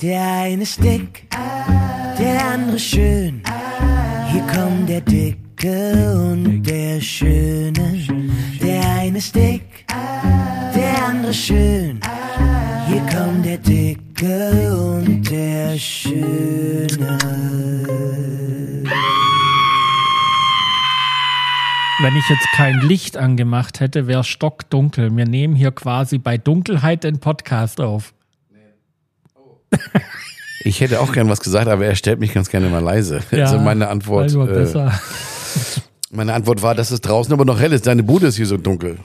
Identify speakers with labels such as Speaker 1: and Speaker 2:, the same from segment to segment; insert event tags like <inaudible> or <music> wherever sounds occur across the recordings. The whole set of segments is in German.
Speaker 1: Der eine ist dick, der andere schön. Hier kommt der Dicke und der Schöne. Der eine ist dick, der andere schön. Hier kommt der Dicke und der Schöne.
Speaker 2: Wenn ich jetzt kein Licht angemacht hätte, wäre stockdunkel. Wir nehmen hier quasi bei Dunkelheit den Podcast auf.
Speaker 3: Ich hätte auch gern was gesagt, aber er stellt mich ganz gerne mal leise. also meine Antwort,
Speaker 2: Also
Speaker 3: äh,
Speaker 2: besser.
Speaker 3: meine Antwort war, dass es draußen aber noch hell ist. Deine Bude ist hier so dunkel.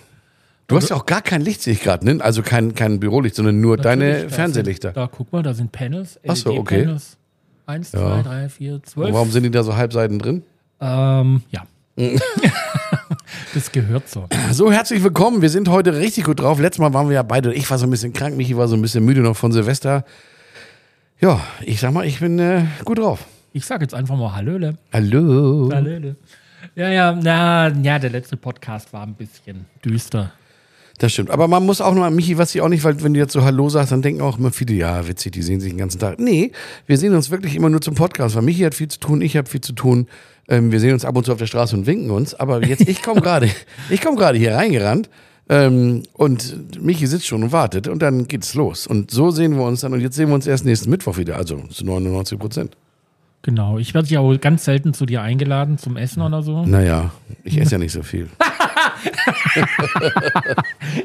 Speaker 3: Du hast ja auch gar kein Licht, sehe ich gerade, ne? Also kein, kein Bürolicht, sondern nur
Speaker 2: Natürlich, <laughs>
Speaker 3: deine
Speaker 2: da sind-
Speaker 3: Fernsehlichter.
Speaker 2: Da, guck mal, da sind Panels. E
Speaker 3: Ach so, okay.
Speaker 2: Panels. Eins, zwei, drei, vier, zwölf.
Speaker 3: Und warum sind Mhm. die da so halbseiten drin?
Speaker 2: Ähm, ja. <laughs> das gehört so.
Speaker 3: So, herzlich willkommen. Wir sind heute richtig gut drauf. Letztes Mal waren wir ja beide, ich war so ein bisschen krank, Michi war so ein bisschen müde noch von Silvester. Ja, ich sag mal, ich bin äh, gut drauf.
Speaker 2: Ich sage jetzt einfach mal Hallöle.
Speaker 3: Hallo.
Speaker 2: Hallöle. Ja, ja, na, ja, der letzte Podcast war ein bisschen düster.
Speaker 3: Das stimmt. Aber man muss auch mal, Michi, was ich auch nicht, weil wenn du jetzt so Hallo sagst, dann denken auch immer viele, ja, witzig, die sehen sich den ganzen Tag. Nee, wir sehen uns wirklich immer nur zum Podcast, weil Michi hat viel zu tun, ich habe viel zu tun. Ähm, wir sehen uns ab und zu auf der Straße und winken uns. Aber jetzt, ich
Speaker 2: <laughs>
Speaker 3: komme gerade, ich komme gerade hier reingerannt. Ähm, und Michi sitzt schon und wartet und dann geht's los. Und so sehen wir uns dann. Und jetzt sehen wir uns erst nächsten Mittwoch wieder, also zu 99 Prozent.
Speaker 2: Genau, ich werde ja auch ganz selten zu dir eingeladen zum Essen oder so.
Speaker 3: Naja, ich esse ja nicht
Speaker 2: <laughs>
Speaker 3: so viel.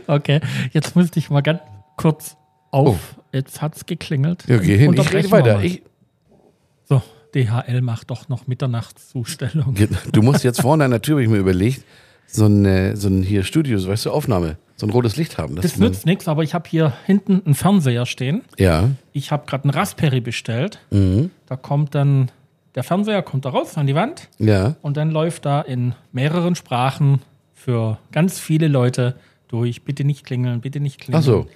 Speaker 2: Okay, jetzt musste ich mal ganz kurz auf. Jetzt hat's geklingelt.
Speaker 3: Oh. Ja, geh hin, ich
Speaker 2: Unterbrechen
Speaker 3: rede
Speaker 2: wir
Speaker 3: weiter.
Speaker 2: mal.
Speaker 3: Ich,
Speaker 2: so, DHL macht doch noch Mitternachtszustellung.
Speaker 3: Du musst jetzt vorne an der Tür, habe ich mir überlegt, so ein, äh, so ein hier Studios, weißt du, Aufnahme, so ein rotes Licht haben.
Speaker 2: Das nützt nichts, aber ich habe hier hinten einen Fernseher stehen.
Speaker 3: Ja.
Speaker 2: Ich habe gerade einen Raspberry bestellt.
Speaker 3: Mhm.
Speaker 2: Da kommt dann der Fernseher kommt da raus an die Wand
Speaker 3: Ja.
Speaker 2: und dann läuft da in mehreren Sprachen für ganz viele Leute durch. Bitte nicht klingeln, bitte nicht klingeln.
Speaker 3: Ach so.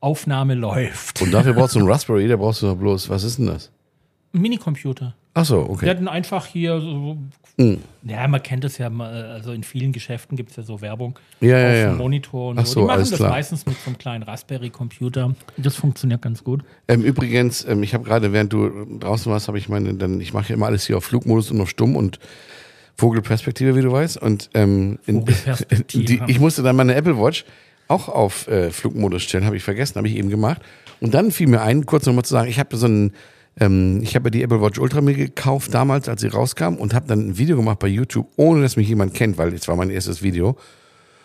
Speaker 2: Aufnahme läuft.
Speaker 3: Und dafür brauchst du einen Raspberry, da brauchst du doch bloß, was ist denn das?
Speaker 2: Ein Minicomputer.
Speaker 3: Ach so,
Speaker 2: Wir
Speaker 3: okay. Hm.
Speaker 2: hatten einfach hier so. Ja, man kennt es ja, mal, also in vielen Geschäften gibt es ja so Werbung
Speaker 3: Ja,
Speaker 2: auf
Speaker 3: ja,
Speaker 2: dem
Speaker 3: ja.
Speaker 2: Monitor und
Speaker 3: Ach
Speaker 2: so.
Speaker 3: so,
Speaker 2: Die machen
Speaker 3: alles
Speaker 2: das
Speaker 3: klar.
Speaker 2: meistens mit so einem kleinen Raspberry-Computer. Das funktioniert ganz gut.
Speaker 3: Ähm, übrigens, ähm, ich habe gerade, während du draußen warst, habe ich meine, dann, ich mache ja immer alles hier auf Flugmodus und auf Stumm und Vogelperspektive, wie du weißt. Und ähm, in,
Speaker 2: Vogelperspektive.
Speaker 3: <laughs> die, ich musste dann meine Apple Watch auch auf äh, Flugmodus stellen, habe ich vergessen, habe ich eben gemacht. Und dann fiel mir ein, kurz nochmal zu sagen, ich habe so einen, ähm, ich habe die Apple Watch Ultra mir gekauft damals, als sie rauskam und habe dann ein Video gemacht bei YouTube, ohne dass mich jemand kennt, weil es war mein erstes Video.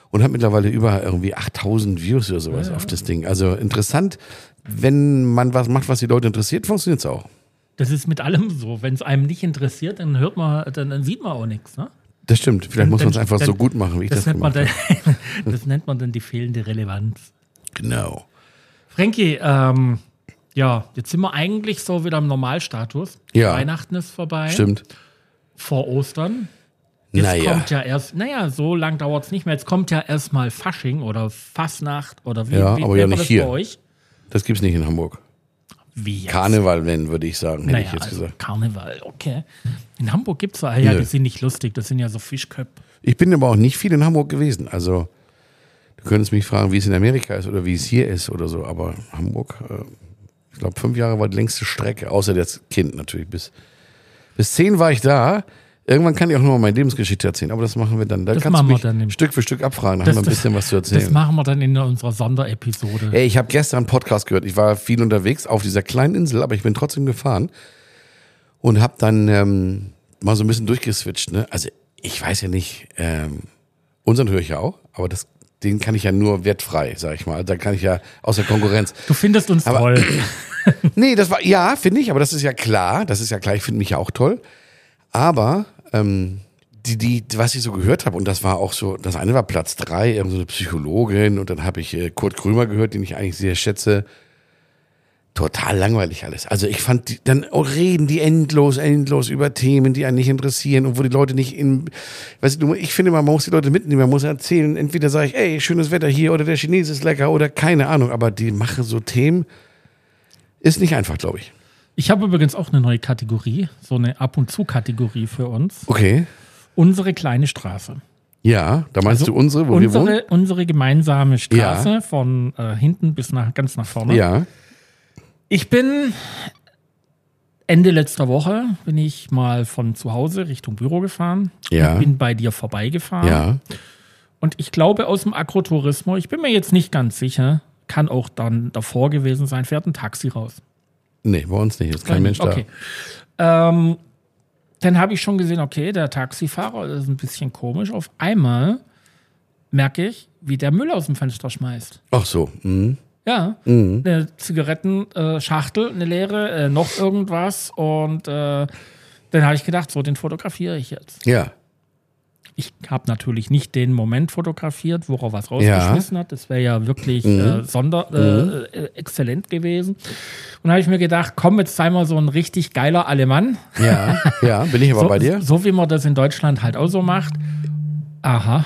Speaker 3: Und habe mittlerweile über irgendwie 8000 Views oder sowas auf das Ding. Also interessant, wenn man was macht, was die Leute interessiert, funktioniert's auch.
Speaker 2: Das ist mit allem so. Wenn es einem nicht interessiert, dann hört man, dann, dann sieht man auch nichts. Ne?
Speaker 3: Das stimmt. Vielleicht muss
Speaker 2: Dann-
Speaker 3: man es einfach
Speaker 2: dann-
Speaker 3: so gut machen, wie ich das,
Speaker 2: Das, nennt man
Speaker 3: gemacht habe.
Speaker 2: dann, das nennt man dann <laughs> die fehlende Relevanz.
Speaker 3: Genau.
Speaker 2: Frankie, ähm, ja, jetzt sind wir eigentlich so wieder im Normalstatus.
Speaker 3: Ja.
Speaker 2: Weihnachten ist vorbei.
Speaker 3: Stimmt.
Speaker 2: Vor Ostern. Jetzt
Speaker 3: Naja.
Speaker 2: kommt ja erst, naja, so lang dauert es nicht mehr. Jetzt kommt ja erstmal Fasching oder Fasnacht oder wie,
Speaker 3: Ja,
Speaker 2: wie
Speaker 3: aber ja
Speaker 2: nennt man
Speaker 3: nicht
Speaker 2: das
Speaker 3: hier.
Speaker 2: bei euch?
Speaker 3: Das gibt's nicht in Hamburg.
Speaker 2: Wie jetzt?
Speaker 3: Karneval nennen, würde ich sagen, hätte
Speaker 2: naja,
Speaker 3: ich jetzt
Speaker 2: also
Speaker 3: gesagt.
Speaker 2: Karneval, okay. In Hamburg gibt es ja, ja,
Speaker 3: Nö.
Speaker 2: die sind nicht lustig, das sind ja so Fischköpfe.
Speaker 3: Ich bin aber auch nicht viel in Hamburg gewesen. Also, du könntest mich fragen, wie es in Amerika ist oder wie es hier ist oder so. Aber Hamburg, äh, ich glaube, fünf Jahre war die längste Strecke, außer das Kind natürlich. Bis, bis zehn war ich da. Irgendwann kann ich auch nochmal meine Lebensgeschichte erzählen, aber das machen wir dann. Dann
Speaker 2: Das
Speaker 3: kannst
Speaker 2: machen
Speaker 3: du
Speaker 2: wir
Speaker 3: mich
Speaker 2: dann im-
Speaker 3: Stück für Stück abfragen, da haben wir Äh, ein bisschen was zu
Speaker 2: Das
Speaker 3: erzählen.
Speaker 2: machen wir dann in unserer Sonderepisode.
Speaker 3: Ey, ich habe gestern einen Podcast gehört. Ich war viel unterwegs auf dieser kleinen Insel, aber ich bin trotzdem gefahren und habe dann ähm, mal so ein bisschen durchgeswitcht. Ne? Also ich weiß ja nicht, ähm, unseren höre ich ja auch, aber das, den kann ich ja nur wertfrei, sag ich mal. Da kann ich ja aus der Konkurrenz.
Speaker 2: Du findest uns
Speaker 3: Aber-
Speaker 2: toll.
Speaker 3: Nee, das war, ja, finde ich, aber das ist ja klar. Das ist ja klar, ich finde mich ja auch toll. Aber ähm, die, die, was ich so gehört habe, und das war auch so, das eine war Platz drei, irgend so eine Psychologin, und dann habe ich äh, Kurt Krümer gehört, den ich eigentlich sehr schätze. Total langweilig alles. Also ich fand, die, dann reden die endlos, endlos über Themen, die einen nicht interessieren und wo die Leute nicht in, weißt du, ich finde, man muss die Leute mitnehmen, man muss erzählen, entweder sage ich, ey, schönes Wetter hier oder der Chines ist lecker oder keine Ahnung, aber die machen so Themen, ist nicht einfach, glaube ich.
Speaker 2: Ich habe übrigens auch eine neue Kategorie, so eine Ab- und Zu-Kategorie für uns.
Speaker 3: Okay.
Speaker 2: Unsere kleine Straße.
Speaker 3: Ja, da meinst du unsere, wo wir wohnen?
Speaker 2: Also unsere, unsere gemeinsame Straße von äh, hinten bis nach, ganz nach vorne.
Speaker 3: Ja.
Speaker 2: Ich bin Ende letzter Woche bin ich mal von zu Hause Richtung Büro gefahren.
Speaker 3: Ja.
Speaker 2: Und bin bei dir vorbeigefahren.
Speaker 3: Ja.
Speaker 2: Und ich glaube aus dem Agrotourismus, ich bin mir jetzt nicht ganz sicher, kann auch dann davor gewesen sein, fährt ein Taxi raus.
Speaker 3: Nee, bei uns nicht. Ist kein Mensch
Speaker 2: okay. da. Ähm, dann habe ich schon gesehen, okay, der Taxifahrer ist ein bisschen komisch. Auf einmal merke ich, wie der Müll aus dem Fenster schmeißt.
Speaker 3: da. Ach so. Mhm.
Speaker 2: Ja, eine Zigarettenschachtel, eine leere, äh, noch irgendwas. Und äh, dann habe ich gedacht, so, den fotografiere ich jetzt.
Speaker 3: Ja.
Speaker 2: Ich habe natürlich nicht den Moment fotografiert, wo er was rausgeschmissen hat. Das wäre ja wirklich
Speaker 3: Mhm.
Speaker 2: äh, sonder, äh, äh, exzellent gewesen. Und da habe ich mir gedacht, komm, jetzt sei mal so ein richtig geiler Alemann.
Speaker 3: Ja. ja. Bin ich aber
Speaker 2: So,
Speaker 3: bei dir?
Speaker 2: so wie man das in Deutschland halt auch so macht. Aha,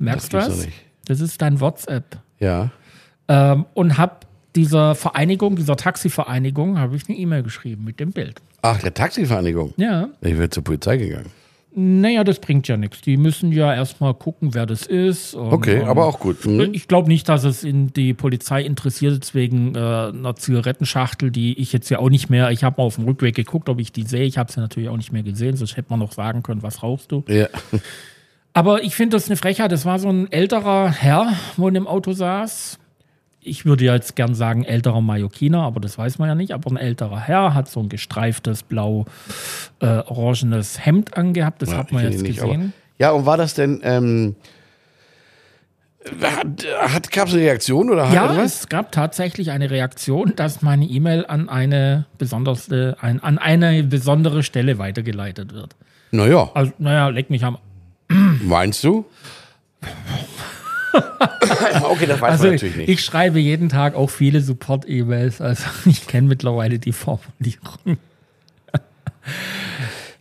Speaker 2: merkst du
Speaker 3: Das gibt's doch
Speaker 2: was?
Speaker 3: nicht.
Speaker 2: Das ist dein WhatsApp.
Speaker 3: Ja.
Speaker 2: Ähm, und habe dieser Vereinigung, dieser Taxivereinigung, habe ich eine E-Mail geschrieben mit dem Bild.
Speaker 3: Ach, der Taxivereinigung.
Speaker 2: Ja,
Speaker 3: Ich wäre zur Polizei gegangen.
Speaker 2: naja, das bringt ja nichts. Die müssen ja erstmal gucken, wer das ist. und-
Speaker 3: Okay,
Speaker 2: und
Speaker 3: aber auch gut. Mhm.
Speaker 2: Ich glaube nicht, dass es in die Polizei interessiert ist wegen äh, einer Zigarettenschachtel, die ich jetzt ja auch nicht mehr. Ich habe mal auf dem Rückweg geguckt, ob ich die sehe. Ich habe sie natürlich auch nicht mehr gesehen, sonst hätte man noch sagen können, was rauchst du.
Speaker 3: Ja.
Speaker 2: Aber ich finde das eine Frechheit. Das war so ein älterer Herr, wo in dem Auto saß. Ich würde ja jetzt gern sagen älterer Mallorquiner, aber das weiß man ja nicht. Aber ein älterer Herr hat so ein gestreiftes blau-orangenes Hemd angehabt. Das
Speaker 3: <laughs>
Speaker 2: hat man
Speaker 3: ich
Speaker 2: jetzt
Speaker 3: nicht, aber-
Speaker 2: gesehen.
Speaker 3: Ja, und war das denn, ähm, hat, hat, gab es eine Reaktion oder hat
Speaker 2: Ja,
Speaker 3: irgendwas?
Speaker 2: es gab tatsächlich eine Reaktion, dass meine E-Mail an eine besonders, äh, ein, an eine besondere Stelle weitergeleitet wird.
Speaker 3: Naja,
Speaker 2: Also, naja, leck mich am.
Speaker 3: meinst
Speaker 2: <laughs>
Speaker 3: du? <laughs> okay, das weiß
Speaker 2: Also,
Speaker 3: man
Speaker 2: ich,
Speaker 3: natürlich nicht.
Speaker 2: schreibe jeden Tag auch viele Support-E-Mails. Also, <laughs> ich kenne mittlerweile die
Speaker 3: <laughs>
Speaker 2: Formulierung.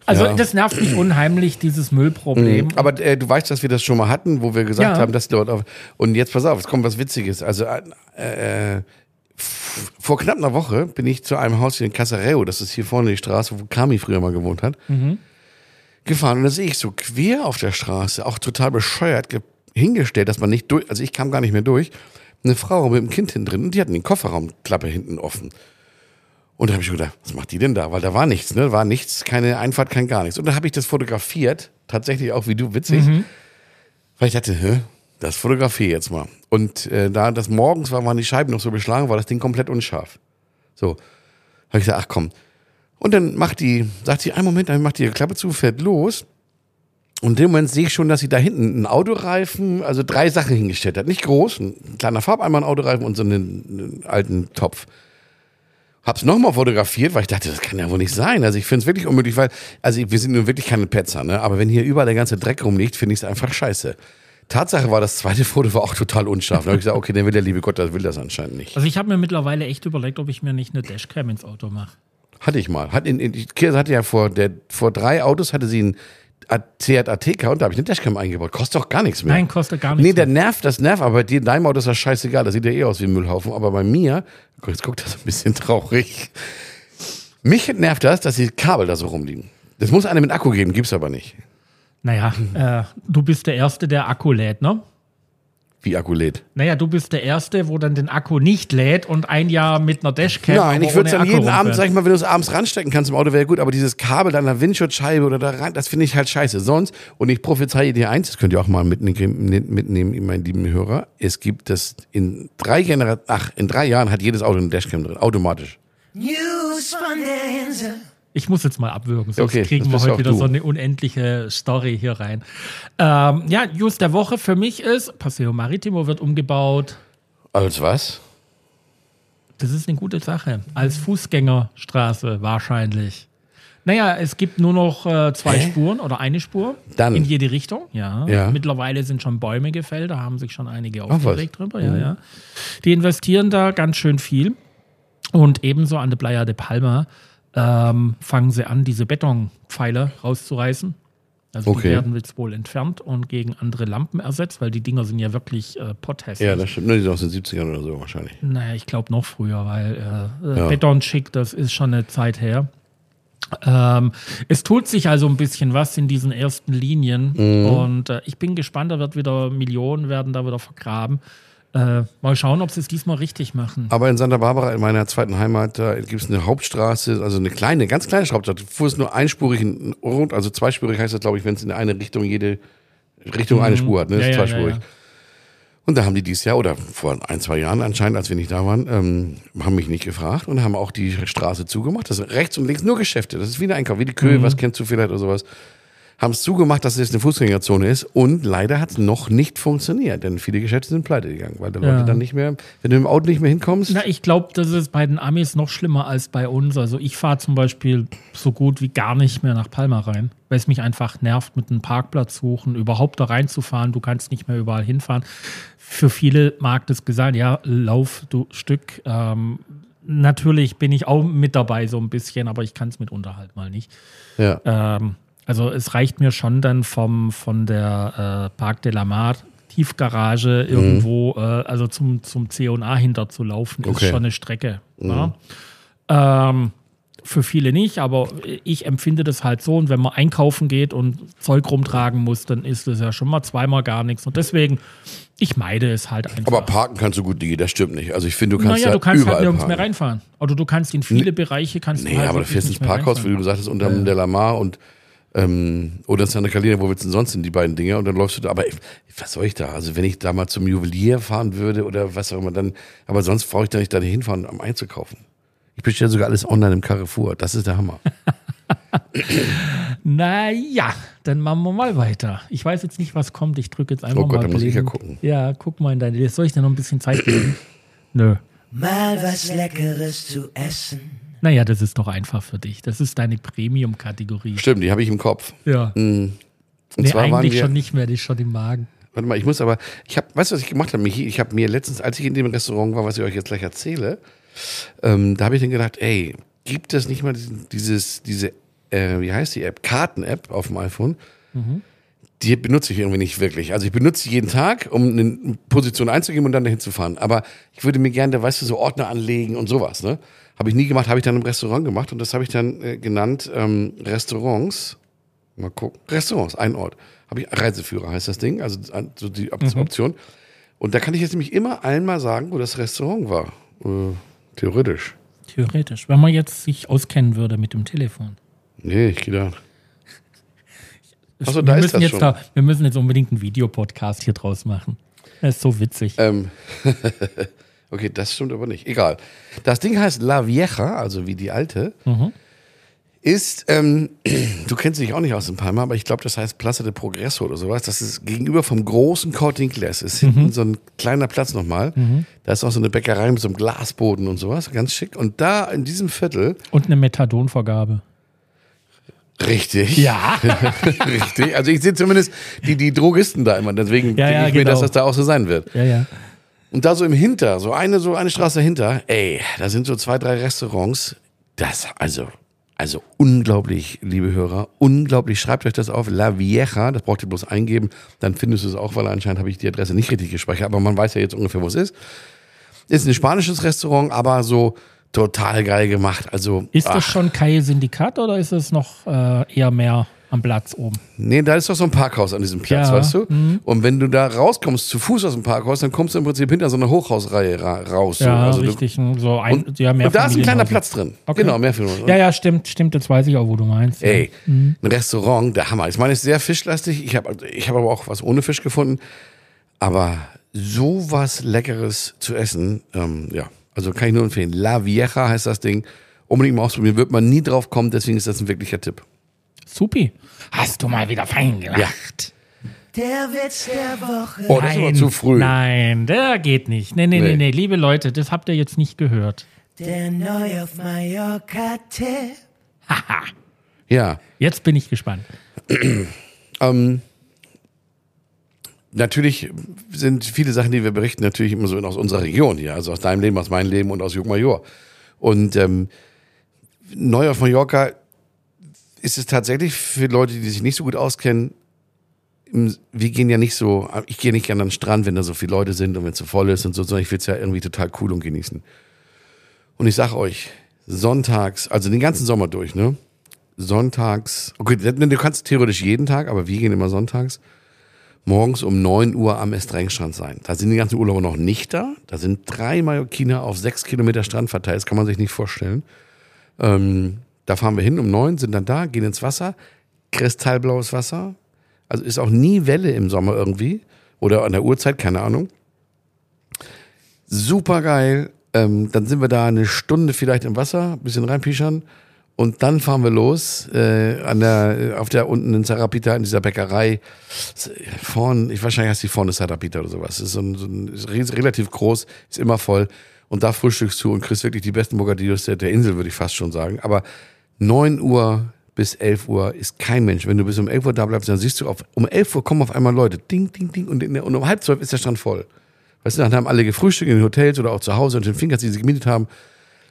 Speaker 2: Also,
Speaker 3: Ja.
Speaker 2: das nervt mich unheimlich, dieses Müllproblem.
Speaker 3: Aber äh, du weißt, dass wir das schon mal hatten, wo wir gesagt
Speaker 2: Ja.
Speaker 3: haben, dass die Leute auf. Und jetzt pass auf, es kommt was Witziges. Also äh, äh, f- vor knapp einer Woche bin ich zu einem Haus hier in Casareo, das ist hier vorne die Straße, wo Kami früher mal gewohnt hat, gefahren. Und da sehe ich so quer auf der Straße, auch total bescheuert ge- hingestellt, dass man nicht durch, also ich kam gar nicht mehr durch, eine Frau mit einem Kind hinten drin und die hatten den Kofferraumklappe hinten offen. Und da habe ich schon gedacht, was macht die denn da? Weil da war nichts, ne? War nichts, keine Einfahrt, kein gar nichts. Und dann habe ich das fotografiert, tatsächlich auch wie du, witzig. Weil ich dachte, hä, das fotografiere ich jetzt mal. Und äh, da das morgens war, waren die Scheiben noch so beschlagen, war das Ding komplett unscharf. So. Habe ich gesagt, ach komm. Und dann macht die, sagt sie, einen Moment, dann macht die ihre Klappe zu, fährt los. Und in dem Moment sehe ich schon, dass sie da hinten einen Autoreifen, also drei Sachen hingestellt hat. Nicht groß, ein kleiner Farbeimer, ein Autoreifen und so einen, einen alten Topf. Hab's nochmal fotografiert, weil ich dachte, das kann ja wohl nicht sein. Also ich finde es wirklich unmöglich, weil, also wir sind nun wirklich keine Petzer, ne? Aber wenn hier überall der ganze Dreck rumliegt, finde ich es einfach scheiße. Tatsache war, das zweite <laughs> Foto war auch total unscharf. Da habe ich gesagt, okay, dann will der liebe Gott, das will das anscheinend nicht.
Speaker 2: Also, ich habe mir mittlerweile echt überlegt, ob ich mir nicht eine Dashcam ins Auto mache.
Speaker 3: Hatte ich mal. Hat in, in, die Kirche hatte ja vor, der, vor drei Autos hatte sie einen A- Seat Ateca und da habe ich eine Dashcam eingebaut. Kostet doch gar nichts mehr.
Speaker 2: Nein, kostet gar
Speaker 3: Nee,
Speaker 2: nichts.
Speaker 3: der nervt, das nervt, aber bei dir, deinem Auto ist das scheißegal, das sieht ja eh aus wie ein Müllhaufen. Aber bei mir, guck, jetzt guckt das ein bisschen <laughs> traurig. Mich nervt das, dass die Kabel da so rumliegen. Das muss einer mit Akku geben, gibt's aber nicht.
Speaker 2: Naja, äh, du bist der Erste, der Akku lädt, ne?
Speaker 3: Wie Akku lädt.
Speaker 2: Naja, du bist der Erste, wo dann den Akku nicht lädt und ein Jahr mit einer Dashcam.
Speaker 3: Nein,
Speaker 2: aber
Speaker 3: ich würde
Speaker 2: ohne
Speaker 3: dann
Speaker 2: Akku
Speaker 3: jeden Abend, sag
Speaker 2: rumfährt.
Speaker 3: ich mal, wenn du es abends ranstecken kannst im Auto, wäre gut, aber dieses Kabel dann an der Windschutzscheibe oder da rein, das finde ich halt scheiße. Sonst, und ich prophezeie dir eins, das könnt ihr auch mal mitnehmen, mitnehmen meine lieben Hörer, es gibt das in drei Generationen, ach, in drei Jahren hat jedes Auto eine Dashcam drin, automatisch.
Speaker 1: News von der Insel.
Speaker 2: Ich muss jetzt mal abwürgen, sonst
Speaker 3: Okay,
Speaker 2: kriegen
Speaker 3: das
Speaker 2: wir
Speaker 3: bist
Speaker 2: heute
Speaker 3: auch
Speaker 2: wieder
Speaker 3: du.
Speaker 2: so eine unendliche Story hier rein. Ähm, ja, News der Woche für mich ist, Paseo Maritimo wird umgebaut.
Speaker 3: Als was?
Speaker 2: Das ist eine gute Sache. Als Fußgängerstraße wahrscheinlich. Naja, es gibt nur noch äh, zwei Spuren oder eine Spur
Speaker 3: Dann.
Speaker 2: in jede Richtung. Ja.
Speaker 3: Ja.
Speaker 2: Mittlerweile sind schon Bäume gefällt, da haben sich schon einige aufgeregt drüber.
Speaker 3: Mhm.
Speaker 2: Ja, ja. Die investieren da ganz schön viel. Und ebenso an der Playa de Palma ähm, fangen sie an, diese Betonpfeiler rauszureißen. Also
Speaker 3: Okay.
Speaker 2: die werden jetzt wohl entfernt und gegen andere Lampen ersetzt, weil die Dinger sind ja wirklich äh, potthässlich.
Speaker 3: Ja, das stimmt. Ne, Die sind aus den 70ern oder so wahrscheinlich.
Speaker 2: Naja, ich glaube noch früher, weil äh,
Speaker 3: Ja.
Speaker 2: ja. Beton schick, das ist schon eine Zeit her. Ähm, es tut sich also ein bisschen was in diesen ersten Linien und äh, ich bin gespannt, da wird wieder Millionen werden da wieder vergraben. Äh, mal schauen, ob sie es diesmal richtig machen.
Speaker 3: Aber in Santa Barbara, in meiner zweiten Heimat, da gibt es eine Hauptstraße, also eine kleine, ganz kleine Hauptstraße, wo es nur einspurig in- rund, also zweispurig heißt das, glaube ich, wenn es in eine Richtung jede Richtung eine Spur hat, ne?
Speaker 2: Mhm. Ja,
Speaker 3: ist
Speaker 2: ja,
Speaker 3: zweispurig.
Speaker 2: ja, ja.
Speaker 3: Und da haben die dieses Jahr oder vor ein, zwei Jahren anscheinend, als wir nicht da waren, ähm, haben mich nicht gefragt und haben auch die Straße zugemacht. Das sind rechts und links nur Geschäfte. Das ist wie ein Einkauf, wie die
Speaker 2: Mhm.
Speaker 3: Köhe, was kennst du vielleicht oder sowas. Haben es zugemacht, dass es jetzt eine Fußgängerzone ist und leider hat es noch nicht funktioniert, denn viele Geschäfte sind pleite gegangen, weil die
Speaker 2: Ja.
Speaker 3: Leute dann nicht mehr, wenn du im Auto nicht mehr hinkommst,
Speaker 2: Na, ich glaube, das ist bei den Amis noch schlimmer als bei uns. Also ich fahre zum Beispiel so gut wie gar nicht mehr nach Palma rein, weil es mich einfach nervt, mit einem Parkplatz suchen, überhaupt da reinzufahren. Du kannst nicht mehr überall hinfahren. Für viele mag das gesagt, ja, lauf du Stück. Ähm, natürlich bin ich auch mit dabei so ein bisschen, aber ich kann es mitunter halt mal nicht.
Speaker 3: ja.
Speaker 2: Ähm, also es reicht mir schon dann vom, von der äh, Parc de la Mar Tiefgarage
Speaker 3: Mhm.
Speaker 2: irgendwo, äh, also zum, zum C&A hinter zu laufen,
Speaker 3: Okay. Mhm.
Speaker 2: ist schon eine Strecke. Ja? Ähm, für viele nicht, aber ich empfinde das halt so. Und wenn man einkaufen geht und Zeug rumtragen muss, dann ist das ja schon mal zweimal gar nichts. Und deswegen, ich meide es halt einfach.
Speaker 3: Aber parken kannst du gut, Digi, das stimmt nicht. Also ich finde, du kannst
Speaker 2: naja,
Speaker 3: da
Speaker 2: du kannst halt
Speaker 3: überall
Speaker 2: nirgends
Speaker 3: parken.
Speaker 2: mehr reinfahren. Oder du kannst in viele Bereiche kannst
Speaker 3: Nee,
Speaker 2: du halt
Speaker 3: aber du
Speaker 2: wirklich
Speaker 3: fährst
Speaker 2: nicht
Speaker 3: ins
Speaker 2: mehr
Speaker 3: Parkhaus, wie
Speaker 2: reinfahren.
Speaker 3: du gesagt hast, unter dem De La Mar und ähm, oder Santa Catalina, wo willst du denn sonst hin, die beiden Dinger? Und dann läufst du da, aber ey, was soll ich da? Also wenn ich da mal zum Juwelier fahren würde oder was auch immer, dann, aber sonst brauche ich da nicht da hinfahren, um einzukaufen. Ich bestelle sogar alles online im Carrefour, das ist
Speaker 2: <laughs>
Speaker 3: der Hammer.
Speaker 2: Naja, dann machen wir mal weiter. Ich weiß jetzt nicht, was kommt. Ich drücke jetzt einfach
Speaker 3: Oh Gott,
Speaker 2: mal.
Speaker 3: da muss ich ja
Speaker 2: blind.
Speaker 3: gucken.
Speaker 2: Ja, guck mal in deine. Soll ich dir noch ein bisschen Zeit
Speaker 3: <clears throat>
Speaker 2: geben? Nö.
Speaker 1: Mal was Leckeres zu essen.
Speaker 2: Naja, das ist doch einfach für dich. Das ist deine Premium-Kategorie.
Speaker 3: Stimmt, die habe ich im Kopf.
Speaker 2: Ja. Nee,
Speaker 3: Und zwar waren
Speaker 2: eigentlich
Speaker 3: wir,
Speaker 2: schon nicht mehr, die ist schon im Magen.
Speaker 3: warte mal, ich muss aber, ich habe, weißt du, was ich gemacht habe, Michi? Ich habe mir letztens, als ich in dem Restaurant war, was ich euch jetzt gleich erzähle, ähm, da habe ich dann gedacht, ey, gibt es nicht mal diesen, dieses, diese, äh, wie heißt die App? Karten-App auf dem iPhone. Die benutze ich irgendwie nicht wirklich. Also ich benutze sie jeden Tag, um eine Position einzugeben und dann dahin zu fahren. Aber ich würde mir gerne, weißt du, so Ordner anlegen und sowas, ne? Habe ich nie gemacht, habe ich dann im Restaurant gemacht und das habe ich dann äh, genannt ähm, Restaurants. Mal gucken. Restaurants, ein Ort. Habe ich Reiseführer heißt das Ding, also an- so die Op Option. Und da kann ich jetzt nämlich immer einmal sagen, wo das Restaurant war. Äh, theoretisch.
Speaker 2: Theoretisch. Wenn man jetzt sich auskennen würde mit dem Telefon.
Speaker 3: Nee, ich gehe da. Achso,
Speaker 2: wir,
Speaker 3: da ist
Speaker 2: müssen
Speaker 3: das
Speaker 2: jetzt
Speaker 3: schon.
Speaker 2: Da, wir müssen jetzt unbedingt einen Videopodcast hier draus machen. Das ist so witzig.
Speaker 3: Ähm, <laughs> okay, das stimmt aber nicht. Egal. Das Ding heißt La Vieja, also wie die alte.
Speaker 2: Mhm.
Speaker 3: Ist, ähm, <clears throat> du kennst dich auch nicht aus in Palma, aber ich glaube, das heißt Plaza de Progreso oder sowas. Das ist gegenüber vom großen Corte Inglés. Ist
Speaker 2: Mhm.
Speaker 3: hinten so ein kleiner Platz nochmal. Da ist auch so eine Bäckerei mit so einem Glasboden und sowas. Ganz schick. Und da in diesem Viertel,
Speaker 2: Und eine Methadonvergabe.
Speaker 3: richtig.
Speaker 2: Ja.
Speaker 3: <laughs> richtig. Also ich sehe zumindest die, die Drogisten da immer. Deswegen
Speaker 2: Ja,
Speaker 3: denke
Speaker 2: ja,
Speaker 3: ich mir, dass
Speaker 2: genau.
Speaker 3: das da auch so sein wird.
Speaker 2: ja, ja.
Speaker 3: Und da so im Hinter, so eine, so eine Straße hinter, ey, da sind so zwei, drei Restaurants. Das, also, also unglaublich, liebe Hörer, unglaublich. Schreibt euch das auf. La Vieja, das braucht ihr bloß eingeben. Dann findest du es auch, weil anscheinend habe ich die Adresse nicht richtig gespeichert, aber man weiß ja jetzt ungefähr, wo es ist. Ist ein spanisches Restaurant, aber so total geil gemacht. Also,
Speaker 2: Ist
Speaker 3: ach,
Speaker 2: das schon Kai Syndikat oder ist es noch äh, eher mehr am Platz oben?
Speaker 3: Nee, da ist doch so ein Parkhaus an diesem Platz,
Speaker 2: Ja, mhm.
Speaker 3: weißt du? Und wenn du da rauskommst, zu Fuß aus dem Parkhaus, dann kommst du im Prinzip hinter so eine Hochhausreihe ra raus. so.
Speaker 2: ja,
Speaker 3: also du,
Speaker 2: richtig. ne, so ein,
Speaker 3: Und,
Speaker 2: ja, mehr
Speaker 3: und da ist ein kleiner
Speaker 2: Familienhäuser.
Speaker 3: Platz drin.
Speaker 2: Okay.
Speaker 3: Genau, mehr Filme.
Speaker 2: Ja, Mhm. ja, stimmt, stimmt. Jetzt weiß ich auch, wo du meinst. ja.
Speaker 3: Ey, ein Restaurant, der Hammer. Ich meine, es ist sehr fischlastig. Ich habe ich hab aber auch was ohne Fisch gefunden. Aber sowas Leckeres zu essen, ähm, ja, also kann ich nur empfehlen. La Vieja heißt das Ding. Unbedingt mal ausprobieren. Wird man nie drauf kommen, deswegen ist das ein wirklicher Tipp.
Speaker 2: Supi. Hast du mal wieder fein gemacht.
Speaker 3: Ja.
Speaker 1: Der Witz der Woche.
Speaker 3: Oh, das ist aber zu früh.
Speaker 2: Nein, der geht nicht. Nee, nee, nee,
Speaker 3: Nee.
Speaker 2: nee, Liebe Leute, das habt ihr jetzt nicht gehört.
Speaker 1: Der neu auf Mallorca-Tipp.
Speaker 3: Ja.
Speaker 2: Jetzt bin ich gespannt.
Speaker 3: Ähm, natürlich sind viele Sachen, die wir berichten, natürlich immer so aus unserer Region hier, also aus deinem Leben, aus meinem Leben und aus Jungmajor. Und ähm, neu auf Mallorca ist es tatsächlich für Leute, die sich nicht so gut auskennen, im- wir gehen ja nicht so, ich gehe nicht gerne an den Strand, wenn da so viele Leute sind und wenn es so voll ist und so, sondern ich will es ja irgendwie total cool und genießen. Und ich sag euch, sonntags, also den ganzen Sommer durch, ne? Sonntags, okay, du kannst theoretisch jeden Tag, aber wir gehen immer sonntags. morgens um 9 Uhr am Estrengstrand sein. Da sind die ganzen Urlauber noch nicht da. Da sind drei Mallorquiner auf sechs Kilometer Strand verteilt. Das kann man sich nicht vorstellen. Ähm, da fahren wir hin um 9, sind dann da, gehen ins Wasser. Kristallblaues Wasser. Also ist auch nie Welle im Sommer irgendwie. Oder an der Uhrzeit, keine Ahnung. Super geil. Ähm, dann sind wir da eine Stunde vielleicht im Wasser, ein bisschen reinpischern. Und dann fahren wir los äh, an der, auf der unten in Sarapita, in dieser Bäckerei. Vorn, ich wahrscheinlich heißt die vorne Sarapita oder sowas. Ist so ein, so ein ist re- relativ groß, ist immer voll. Und da frühstückst du und kriegst wirklich die besten Bocadillos der, der Insel, würde ich fast schon sagen. Aber 9 Uhr bis 11 Uhr ist kein Mensch. Wenn du bis um 11 Uhr da bleibst, dann siehst du, auf, um 11 Uhr kommen auf einmal Leute. Ding, ding, ding. Und, in der, und um halb zwölf ist der Strand voll. Weißt du, dann haben alle gefrühstückt in den Hotels oder auch zu Hause und den Fingers, die sie gemietet haben.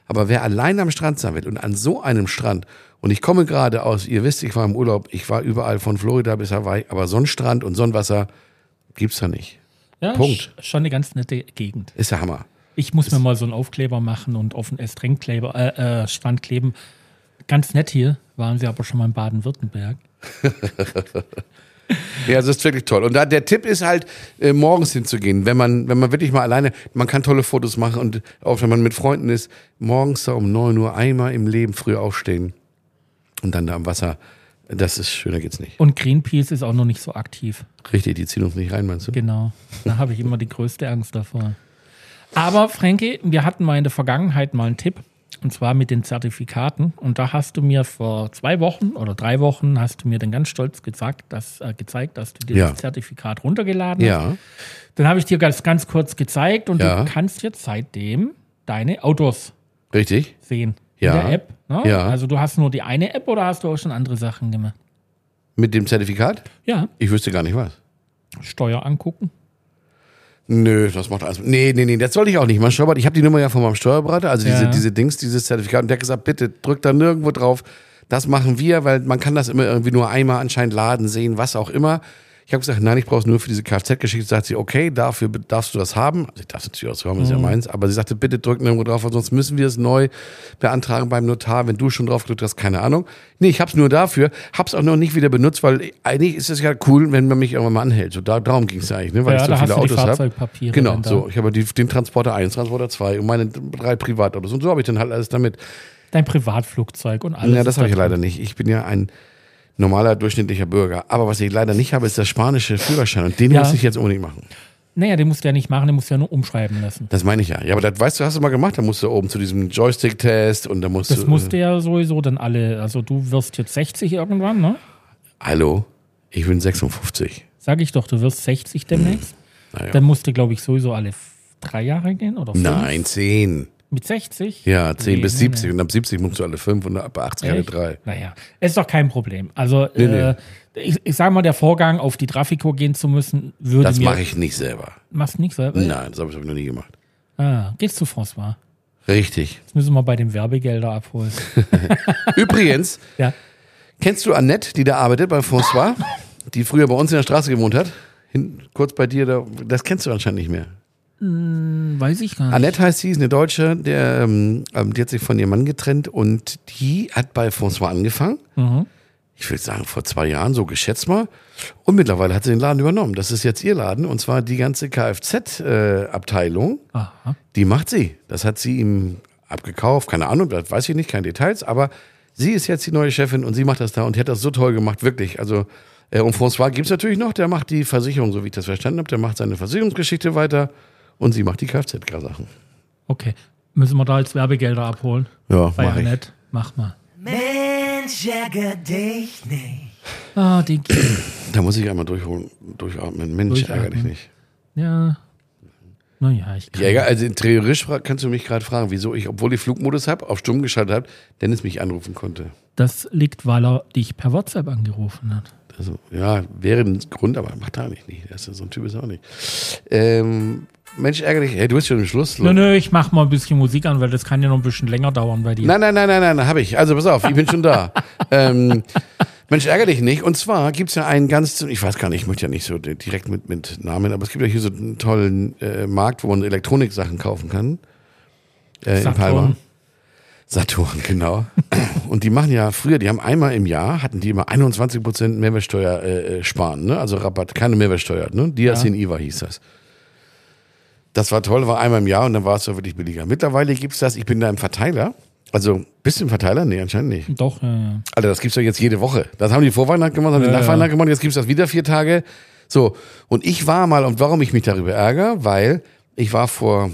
Speaker 3: Aber wer allein am Strand sein will und an so einem Strand, und ich komme gerade aus, ihr wisst, ich war im Urlaub, ich war überall von Florida bis Hawaii, aber Sonnenstrand und Sonnenwasser gibt's da nicht.
Speaker 2: Ja,
Speaker 3: Punkt.
Speaker 2: sch- Schon eine ganz nette Gegend.
Speaker 3: Ist der Hammer.
Speaker 2: Ich muss mir mal so einen Aufkleber machen und auf den Estrengkleber, äh, äh, Strand kleben. Ganz nett hier, waren wir aber schon mal in Baden-Württemberg.
Speaker 3: Ja, das ist wirklich toll. Und da, der Tipp ist halt, äh, morgens hinzugehen, wenn man, wenn man wirklich mal alleine, man kann tolle Fotos machen und auch wenn man mit Freunden ist, morgens da um 9 Uhr einmal im Leben früh aufstehen und dann da am Wasser. Das ist schöner geht's nicht.
Speaker 2: Und Greenpeace ist auch noch nicht so aktiv.
Speaker 3: Richtig, die ziehen uns nicht rein, meinst du?
Speaker 2: Genau. Da habe ich immer die größte Angst davor. Aber Frankie, wir hatten mal in der Vergangenheit mal einen Tipp. Und zwar mit den Zertifikaten. Und da hast du mir vor zwei Wochen oder drei Wochen hast du mir dann ganz stolz gesagt, dass, äh, gezeigt, dass du dir
Speaker 3: Ja.
Speaker 2: das Zertifikat runtergeladen hast.
Speaker 3: Ja.
Speaker 2: Dann habe ich dir ganz, ganz kurz gezeigt und
Speaker 3: Ja.
Speaker 2: du kannst jetzt seitdem deine Autos
Speaker 3: Richtig?
Speaker 2: sehen
Speaker 3: Ja.
Speaker 2: in der App. Ne?
Speaker 3: Ja.
Speaker 2: Also du hast nur die eine App oder hast du auch schon andere Sachen gemacht?
Speaker 3: Mit dem Zertifikat?
Speaker 2: Ja.
Speaker 3: Ich wüsste gar nicht was.
Speaker 2: Steuer angucken.
Speaker 3: Nö, das macht alles. Nee, nee, nee, das sollte ich auch nicht. Mein Steuerberater, ich habe die Nummer ja von meinem Steuerberater, also diese,
Speaker 2: Ja.
Speaker 3: diese Dings, dieses Zertifikat. Und der hat gesagt, bitte drückt da nirgendwo drauf. Das machen wir, weil man kann das immer irgendwie nur einmal anscheinend laden, sehen, was auch immer. Ich habe gesagt, nein, ich brauche es nur für diese Kfz-Geschichte. Sagt sie, okay, dafür be- darfst du das haben. Also ich darf es natürlich auch so haben, ist ja meins. Aber sie sagte, bitte drück nirgendwo drauf, weil sonst müssen wir es neu beantragen beim Notar, wenn du schon drauf gedrückt hast, keine Ahnung. Nee, ich habe es nur dafür, habe es auch noch nicht wieder benutzt, weil eigentlich ist es ja cool, wenn man mich irgendwann mal anhält. So da, darum ging es eigentlich, ne? weil
Speaker 2: Ja,
Speaker 3: ich so
Speaker 2: da
Speaker 3: viele
Speaker 2: hast du die
Speaker 3: Autos habe.
Speaker 2: Fahrzeugpapiere
Speaker 3: Genau,
Speaker 2: dann da.
Speaker 3: so. Ich habe die, den Transporter 1, Transporter 2 und meine drei Privatautos. Und so habe ich dann halt alles damit.
Speaker 2: Dein Privatflugzeug und alles.
Speaker 3: ja, das
Speaker 2: ist
Speaker 3: habe ich
Speaker 2: da drin.
Speaker 3: leider nicht. Ich bin ja ein normaler, durchschnittlicher Bürger. Aber was ich leider nicht habe, ist der spanische Führerschein. Und den
Speaker 2: Ja.
Speaker 3: muss ich jetzt unbedingt machen.
Speaker 2: Naja, den musst du ja nicht machen, den musst du ja nur umschreiben lassen.
Speaker 3: Das meine ich ja. Ja, aber das weißt du, hast du mal gemacht. Da musst du oben zu diesem Joystick-Test und da musst
Speaker 2: Das
Speaker 3: du. äh,
Speaker 2: musst du ja sowieso dann alle, also du wirst jetzt 60 irgendwann, ne?
Speaker 3: Hallo, ich bin 56.
Speaker 2: Sag ich doch, du wirst 60 demnächst.
Speaker 3: Naja.
Speaker 2: Dann musst du, glaube ich, sowieso alle f- drei Jahre gehen oder fünf.
Speaker 3: Nein, 10.
Speaker 2: Mit 60?
Speaker 3: Ja, 10
Speaker 2: Nee,
Speaker 3: bis
Speaker 2: nee,
Speaker 3: 70. Und ab 70 musst du alle 5 und ab 80 alle
Speaker 2: Echt?
Speaker 3: 3.
Speaker 2: Naja, ist doch kein Problem. Also,
Speaker 3: Nee, nee.
Speaker 2: äh, ich, ich sage mal, der Vorgang, auf die Trafico gehen zu müssen, würde
Speaker 3: Das
Speaker 2: mir... Äh?
Speaker 3: mache ich nicht selber.
Speaker 2: Machst nichts, oder?
Speaker 3: Nein, das habe ich noch nie gemacht.
Speaker 2: Ah, geht's zu François.
Speaker 3: Richtig.
Speaker 2: Jetzt müssen wir bei dem Werbegelder
Speaker 3: <laughs>
Speaker 2: abholen.
Speaker 3: Übrigens,
Speaker 2: ja.
Speaker 3: Kennst du Annette, die da arbeitet bei François, die früher bei uns in der Straße gewohnt hat? Hin, kurz bei dir, da, das kennst du anscheinend nicht mehr.
Speaker 2: Weiß ich gar nicht.
Speaker 3: Annette heißt sie, ist eine Deutsche, der, ähm, ähm, die hat sich von ihrem Mann getrennt und die hat bei François angefangen.
Speaker 2: Mhm.
Speaker 3: Ich würde sagen, vor zwei Jahren, so geschätzt mal. Und mittlerweile hat sie den Laden übernommen. Das ist jetzt ihr Laden und zwar die ganze äh, Kfz-Abteilung,
Speaker 2: Aha.
Speaker 3: die macht sie. Das hat sie ihm abgekauft, keine Ahnung, das weiß ich nicht, keine Details, aber sie ist jetzt die neue Chefin und sie macht das da und die hat das so toll gemacht, wirklich. Also, äh, und François gibt's natürlich noch, der macht die Versicherung, so wie ich das verstanden habe, der macht seine Versicherungsgeschichte weiter und sie macht die Kfz-Sachen.
Speaker 2: Okay. Müssen wir da jetzt Werbegelder abholen?
Speaker 3: Ja,
Speaker 2: Bei
Speaker 3: mach ich.
Speaker 2: Annette. Mach mal.
Speaker 1: Mensch, ärger dich nicht.
Speaker 2: Ah, die.
Speaker 3: Da muss ich einmal durchholen, durchatmen. Mensch,
Speaker 2: Durchatmen.
Speaker 3: ärgere dich nicht.
Speaker 2: ja. Naja, ich kann.
Speaker 3: Ja, egal, also theoretisch fra- kannst du mich gerade fragen, wieso ich, obwohl ich Flugmodus habe, auf stumm geschaltet habe, Dennis mich anrufen konnte.
Speaker 2: Das liegt, weil er dich per WhatsApp angerufen hat.
Speaker 3: Also, ja, wäre ein Grund, aber macht er eigentlich nicht. Er ist ja so ein Typ ist er auch nicht. Ähm, Mensch, ärgere dich. Hey, du bist schon im Schluss.
Speaker 2: Nö,
Speaker 3: Leute.
Speaker 2: nö, ich mach mal ein bisschen Musik an, weil das kann ja noch ein bisschen länger dauern bei dir.
Speaker 3: Nein, nein, nein, nein, nein, habe ich. Also, pass auf, ich bin schon <laughs> da. ähm, Mensch, ärgere dich nicht. Und zwar gibt's ja einen ganz, ich weiß gar nicht, ich möchte ja nicht so di- direkt mit, mit Namen, aber es gibt ja hier so einen tollen äh, Markt, wo man Elektroniksachen kaufen kann. Äh, in
Speaker 2: Sagt
Speaker 3: Palma.
Speaker 2: man.
Speaker 3: Saturn, genau. <clears throat> Und die machen ja früher, die haben einmal im Jahr, hatten die immer 21% Mehrwertsteuer äh, äh, sparen, ne? also Rabatt, keine Mehrwertsteuer, ne? Dias in IVA hieß das. Das war toll, war einmal im Jahr und dann war es so wirklich billiger. Mittlerweile gibt es das, ich bin da im Verteiler, also bist du im Verteiler? Nee, anscheinend nicht.
Speaker 2: Doch, ja, ja.
Speaker 3: Alter, das gibt's doch jetzt jede Woche. Das haben die Vorweihnachten gemacht, haben die
Speaker 2: Ja, ja.
Speaker 3: Nachweihnachten gemacht, jetzt gibt's das wieder vier Tage. So, und ich war mal, und warum ich mich darüber ärgere, weil ich war vor,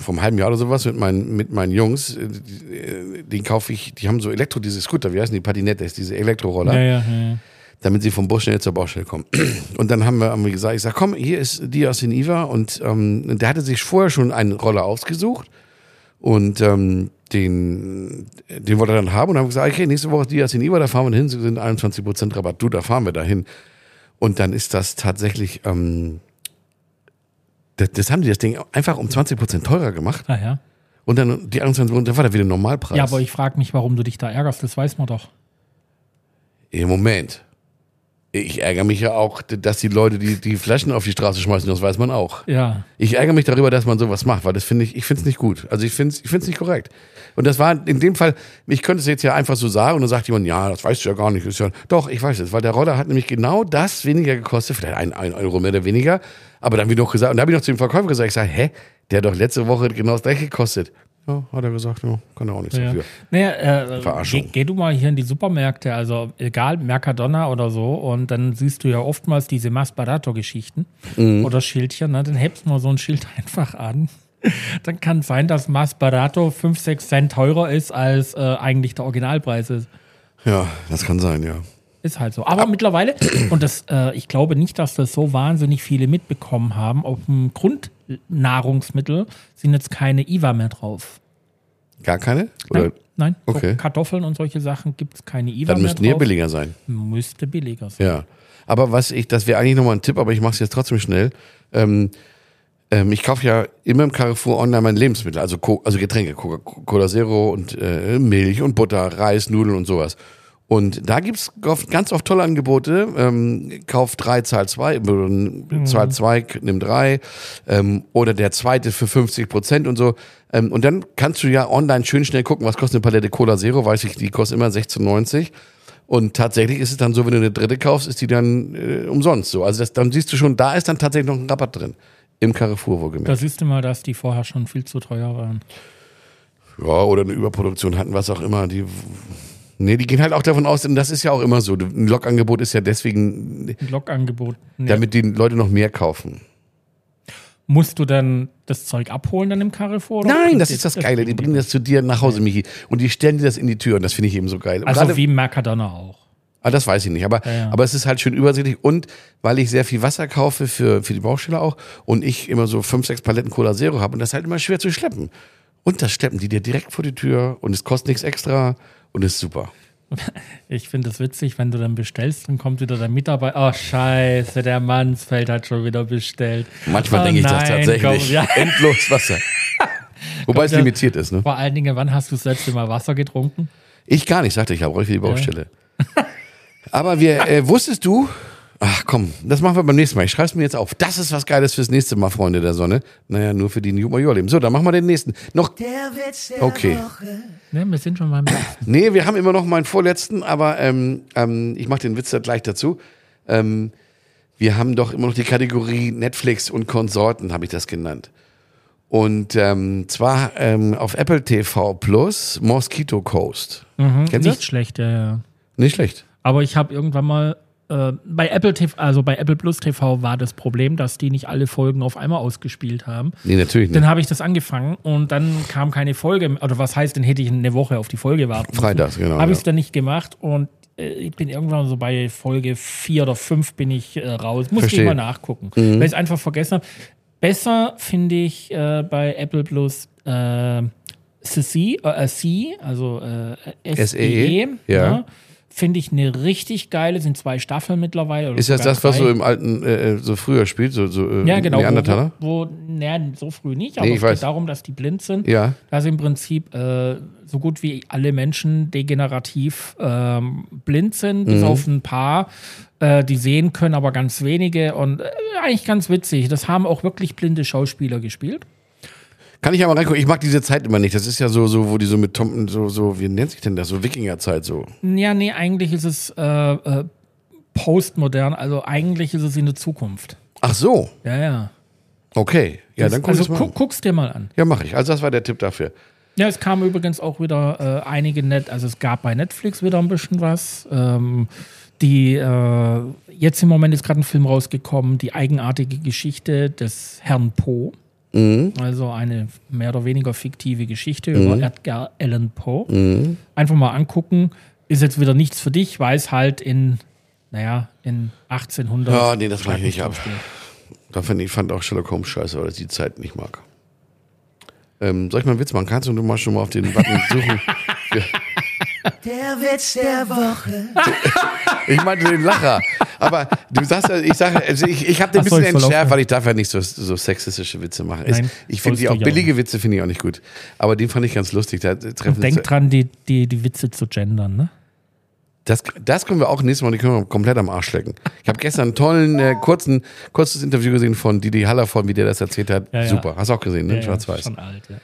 Speaker 3: vor einem halben Jahr oder sowas mit meinen, mit meinen Jungs, äh, die- äh, den kaufe ich, die haben so Elektro, diese Scooter, wie heißen die, Patinettes, diese Elektroroller
Speaker 2: Ja, ja, ja.
Speaker 3: damit sie vom Bus schnell zur Baustelle kommen. <clears throat> Und dann haben wir, haben wir gesagt, ich sag, komm, hier ist die aus den IWA und ähm, der hatte sich vorher schon einen Roller ausgesucht und ähm, den, den wollte er dann haben und haben gesagt, okay, nächste Woche ist die aus den IWA, da fahren wir hin, sie sind 21% Rabatt, du, da fahren wir dahin. Und dann ist das tatsächlich, ähm, das, das haben die das Ding einfach um 20% teurer gemacht
Speaker 2: Ah, ja.
Speaker 3: und dann die 21%, da war da wieder Normalpreis.
Speaker 2: ja, aber ich frage mich, warum du dich da ärgerst, das weiß man doch.
Speaker 3: Im Moment. Ich ärgere mich ja auch, dass die Leute die, die Flaschen auf die Straße schmeißen, das weiß man auch.
Speaker 2: Ja.
Speaker 3: Ich ärgere mich darüber, dass man sowas macht, weil das finde ich, ich finde es nicht gut. Also ich finde es ich find's nicht korrekt. Und das war in dem Fall, ich könnte es jetzt ja einfach so sagen und dann sagt jemand, ja, das weißt du ja gar nicht. Ist ja, doch, ich weiß es, weil der Roller hat nämlich genau das weniger gekostet, vielleicht ein, ein Euro mehr oder weniger. Aber dann habe ich noch gesagt, und da habe ich noch zu dem Verkäufer gesagt, ich sage, hä, der hat doch letzte Woche genau das gleiche gekostet. Ja, hat er gesagt, ja, kann er auch nichts
Speaker 2: Ja.
Speaker 3: dafür.
Speaker 2: Naja, äh,
Speaker 3: Verarschung.
Speaker 2: geh, geh du mal hier in die Supermärkte, also egal, Mercadona oder so, und dann siehst du ja oftmals diese Masbarato-Geschichten
Speaker 3: Mhm.
Speaker 2: oder Schildchen, ne? dann hebst du mal so ein Schild <laughs> einfach an. Dann kann sein, dass Masbarato 5, 6 Cent teurer ist, als äh, eigentlich der Originalpreis ist.
Speaker 3: Ja, das kann sein, ja.
Speaker 2: Ist halt so. Aber
Speaker 3: Ah.
Speaker 2: mittlerweile, und das, äh, ich glaube nicht, dass das so wahnsinnig viele mitbekommen haben, auf dem Grundnahrungsmittel sind jetzt keine IVA mehr drauf.
Speaker 3: Gar keine?
Speaker 2: Nein, nein.
Speaker 3: Okay.
Speaker 2: So Kartoffeln und solche Sachen gibt es keine IVA
Speaker 3: Dann
Speaker 2: mehr
Speaker 3: müssten die ja
Speaker 2: drauf.
Speaker 3: billiger sein.
Speaker 2: Müsste billiger sein.
Speaker 3: Ja. Aber was ich, das wäre eigentlich nochmal ein Tipp, aber ich mache es jetzt trotzdem schnell. Ähm, ähm, ich kaufe ja immer im Carrefour online meine Lebensmittel, also, Co also Getränke, Coca- Cola Zero und äh, Milch und Butter, Reis, Nudeln und sowas. Und da gibt's oft, ganz oft tolle Angebote. Ähm, kauf drei, zahl zwei, äh, zahl zwei, k- nimm drei. Ähm, oder der zweite für 50 Prozent und so. Ähm, und dann kannst du ja online schön schnell gucken, was kostet eine Palette Cola Zero, weiß ich, die kostet immer 16,90. Und tatsächlich ist es dann so, wenn du eine dritte kaufst, ist die dann äh, umsonst so. Also das, dann siehst du schon, da ist dann tatsächlich noch ein Rabatt drin. Im Carrefour wohlgemerkt.
Speaker 2: Da siehst du mal, dass die vorher schon viel zu teuer waren.
Speaker 3: Ja, oder eine Überproduktion hatten, was auch immer. Die, nee, die gehen halt auch davon aus, und das ist ja auch immer so. Ein Lokangebot ist ja deswegen,
Speaker 2: Ein Lokangebot. Nee.
Speaker 3: damit die Leute noch mehr kaufen.
Speaker 2: Musst du dann das Zeug abholen dann im Carrefour? oder
Speaker 3: Nein,
Speaker 2: bringt
Speaker 3: das
Speaker 2: dir-
Speaker 3: ist das Geile. Die bringen das zu dir nach Hause, Michi. Und die stellen dir das in die Tür. Und das finde ich eben so geil. Und
Speaker 2: Also
Speaker 3: gerade-
Speaker 2: wie Mercadona auch.
Speaker 3: Ah, das weiß ich nicht, aber,
Speaker 2: ja.
Speaker 3: aber es ist halt schön übersichtlich und weil ich sehr viel Wasser kaufe für, für die Baustelle auch und ich immer so fünf, sechs Paletten Cola Zero habe und das ist halt immer schwer zu schleppen. Und das schleppen die dir direkt vor die Tür und es kostet nichts extra und ist super.
Speaker 2: Ich finde es witzig, wenn du dann bestellst, dann kommt wieder der Mitarbeiter. Oh, scheiße, der Mansfeld hat schon wieder bestellt.
Speaker 3: Manchmal
Speaker 2: oh,
Speaker 3: denke ich das
Speaker 2: nein,
Speaker 3: tatsächlich.
Speaker 2: Komm, ja. <laughs>
Speaker 3: Endlos Wasser. Wobei es
Speaker 2: ja.
Speaker 3: limitiert ist, ne?
Speaker 2: Vor allen Dingen, wann hast du das letzte Mal Wasser getrunken?
Speaker 3: Ich gar nicht, sagte ich, habe euch für die
Speaker 2: <laughs>
Speaker 3: Baustelle. Aber wir, äh, wusstest du, ach komm, das machen wir beim nächsten Mal. Ich schreibe es mir jetzt auf. Das ist was Geiles fürs nächste Mal, Freunde der Sonne. Naja, nur für die, die Majorleben. So, dann machen wir den nächsten. Noch
Speaker 1: Der Witz der
Speaker 3: Okay.
Speaker 1: Woche.
Speaker 2: Ne, wir sind schon beim letzten.
Speaker 3: Nee, wir haben immer noch meinen vorletzten, aber ähm, ähm, ich mache den Witz da gleich dazu. Ähm, wir haben doch immer noch die Kategorie Netflix und Konsorten, habe ich das genannt. Und ähm, zwar ähm, auf Apple TV Plus Mosquito Coast. Kennst du
Speaker 2: Mhm. Nicht
Speaker 3: das?
Speaker 2: schlecht, ja, ja.
Speaker 3: Nicht schlecht.
Speaker 2: Aber ich habe irgendwann mal äh, bei Apple TV, also bei Apple Plus TV war das Problem, dass die nicht alle Folgen auf einmal ausgespielt haben.
Speaker 3: Nee, natürlich nicht.
Speaker 2: Dann habe ich das angefangen und dann kam keine Folge. mehr. Oder was heißt, dann hätte ich eine Woche auf die Folge warten müssen.
Speaker 3: Freitags, genau.
Speaker 2: Habe
Speaker 3: ja.
Speaker 2: ich es dann nicht gemacht und äh, ich bin irgendwann so bei Folge 4 oder 5 bin ich äh, raus. Muss ich
Speaker 3: Verstehe. Mhm.
Speaker 2: mal nachgucken, weil ich es einfach vergessen habe. Besser finde ich äh, bei Apple Plus äh, CC, äh, C, also äh, SEE.
Speaker 3: E ja.
Speaker 2: ne? Finde ich eine richtig geile, sind zwei Staffeln mittlerweile. oder
Speaker 3: Ist das
Speaker 2: sogar
Speaker 3: das, was
Speaker 2: drei.
Speaker 3: so im alten, äh, äh, so früher spielt, so, so äh,
Speaker 2: Ja, genau.
Speaker 3: Neandertaler?
Speaker 2: Wo, wo, naja, so früh nicht, aber
Speaker 3: Nee, ich
Speaker 2: es geht
Speaker 3: weiß.
Speaker 2: darum, dass die blind sind.
Speaker 3: Ja.
Speaker 2: Dass Also im Prinzip äh, so gut wie alle Menschen degenerativ ähm, blind sind, bis
Speaker 3: Mhm.
Speaker 2: auf ein paar, äh, die sehen können, aber ganz wenige. Und äh, eigentlich ganz witzig. Das haben auch wirklich blinde Schauspieler gespielt.
Speaker 3: Kann ich aber reingucken. Ich mag diese Zeit immer nicht. Das ist ja so, so wo die so mit Tom, so, so, wie nennt sich denn das? So Wikingerzeit so.
Speaker 2: Ja, nee, eigentlich ist es äh, äh, postmodern, also eigentlich ist es in der Zukunft.
Speaker 3: Ach so,
Speaker 2: Ja, ja.
Speaker 3: okay. Ja, dann guck
Speaker 2: also
Speaker 3: ich mal.
Speaker 2: gu
Speaker 3: an.
Speaker 2: guck's dir mal an.
Speaker 3: Ja, mache ich. Also das war der Tipp dafür.
Speaker 2: Ja, es kam übrigens auch wieder äh, einige net, also es gab bei Netflix wieder ein bisschen was. Ähm, die äh, jetzt im Moment ist gerade ein Film rausgekommen, die eigenartige Geschichte des Herrn Poe.
Speaker 3: Mhm.
Speaker 2: Also eine mehr oder weniger fiktive Geschichte über Edgar Allan Poe.
Speaker 3: Mhm.
Speaker 2: Einfach mal angucken. Ist jetzt wieder nichts für dich, weil es halt in, naja, in 1800.
Speaker 3: Ja, nee, das mach ich nicht ab.
Speaker 2: steht.
Speaker 3: Da fand ich fand auch Sherlock Holmes scheiße, weil ich die Zeit nicht mag. Ähm, soll ich mal einen Witz machen? Kannst du nur mal schon mal auf den <laughs> Button suchen?
Speaker 1: Der Witz der Woche.
Speaker 3: Ich meinte den Lacher. Aber du sagst, ja, ich sage, also ich, ich habe den ein
Speaker 2: Ach so,
Speaker 3: bisschen
Speaker 2: ich verlaufe
Speaker 3: entschärft,
Speaker 2: mich.
Speaker 3: weil ich darf ja nicht so, so sexistische Witze machen. Ich-
Speaker 2: Nein,
Speaker 3: ich finde
Speaker 2: sollst
Speaker 3: die
Speaker 2: du ja
Speaker 3: auch billige Witze finde ich auch nicht gut. Aber den fand ich ganz lustig. Da treffen
Speaker 2: Und denk
Speaker 3: sich-
Speaker 2: dran, die, die, die Witze zu gendern, ne?
Speaker 3: Das, das können wir auch nächstes Mal, die können wir komplett am Arsch lecken. Ich habe gestern einen tollen, äh, kurzen, kurzes Interview gesehen von Didi Hallervorden, wie der das erzählt hat.
Speaker 2: Ja, ja.
Speaker 3: Super, hast du auch gesehen, ne? Schwarz-Weiß.
Speaker 2: Schon alt, ja.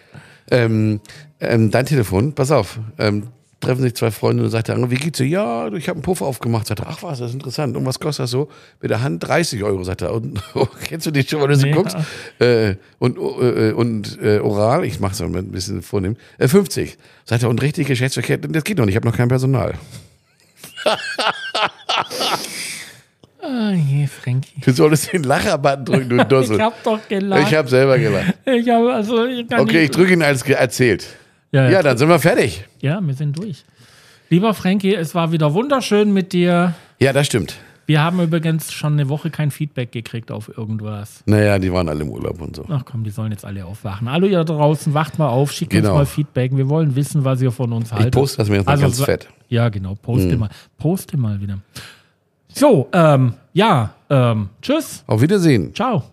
Speaker 3: Ähm, ähm, dein Telefon, pass auf. Ähm, treffen sich zwei Freunde und sagt der andere, wie geht's dir? Ja, du, ich habe einen Puff aufgemacht. Sagt er, ach was, das ist interessant. Und was kostet das so? Mit der Hand 30 Euro, sagt er. Und <laughs> oh, kennst du den schon, weil du so
Speaker 2: Nee,
Speaker 3: guckst? Äh, und äh, und äh, oral, ich mache es ein bisschen vornehm, äh, 50. Sagt er, und richtig Geschäftsverkehr, das geht noch nicht, ich habe noch kein Personal.
Speaker 2: Ah, je, Frankie.
Speaker 3: Du solltest den Lacherbutton drücken, du
Speaker 2: <laughs>
Speaker 3: Dussel.
Speaker 2: Ich hab doch gelacht.
Speaker 3: Also, Ich habe selber gelacht.
Speaker 2: Ich hab, also, ich kann
Speaker 3: Okay, ich
Speaker 2: nicht.
Speaker 3: drücke ihn als ge- erzählt.
Speaker 2: Ja,
Speaker 3: Ja,
Speaker 2: ja.
Speaker 3: dann sind wir fertig.
Speaker 2: ja, wir sind durch. Lieber Frankie, es war wieder wunderschön mit dir.
Speaker 3: Ja, das stimmt.
Speaker 2: Wir haben übrigens schon eine Woche kein Feedback gekriegt auf irgendwas.
Speaker 3: Naja, die waren alle im Urlaub und so.
Speaker 2: Ach komm, die sollen jetzt alle aufwachen. Hallo ihr da draußen, wacht mal auf, schickt
Speaker 3: Genau.
Speaker 2: uns mal Feedback. Wir wollen wissen, was ihr von uns haltet. Also
Speaker 3: poste das mir jetzt mal ganz
Speaker 2: so-
Speaker 3: fett. Hm.
Speaker 2: Ja, genau, poste mal. Poste mal wieder. So, ähm, ja, ähm, tschüss,
Speaker 3: Auf Wiedersehen.
Speaker 2: ciao.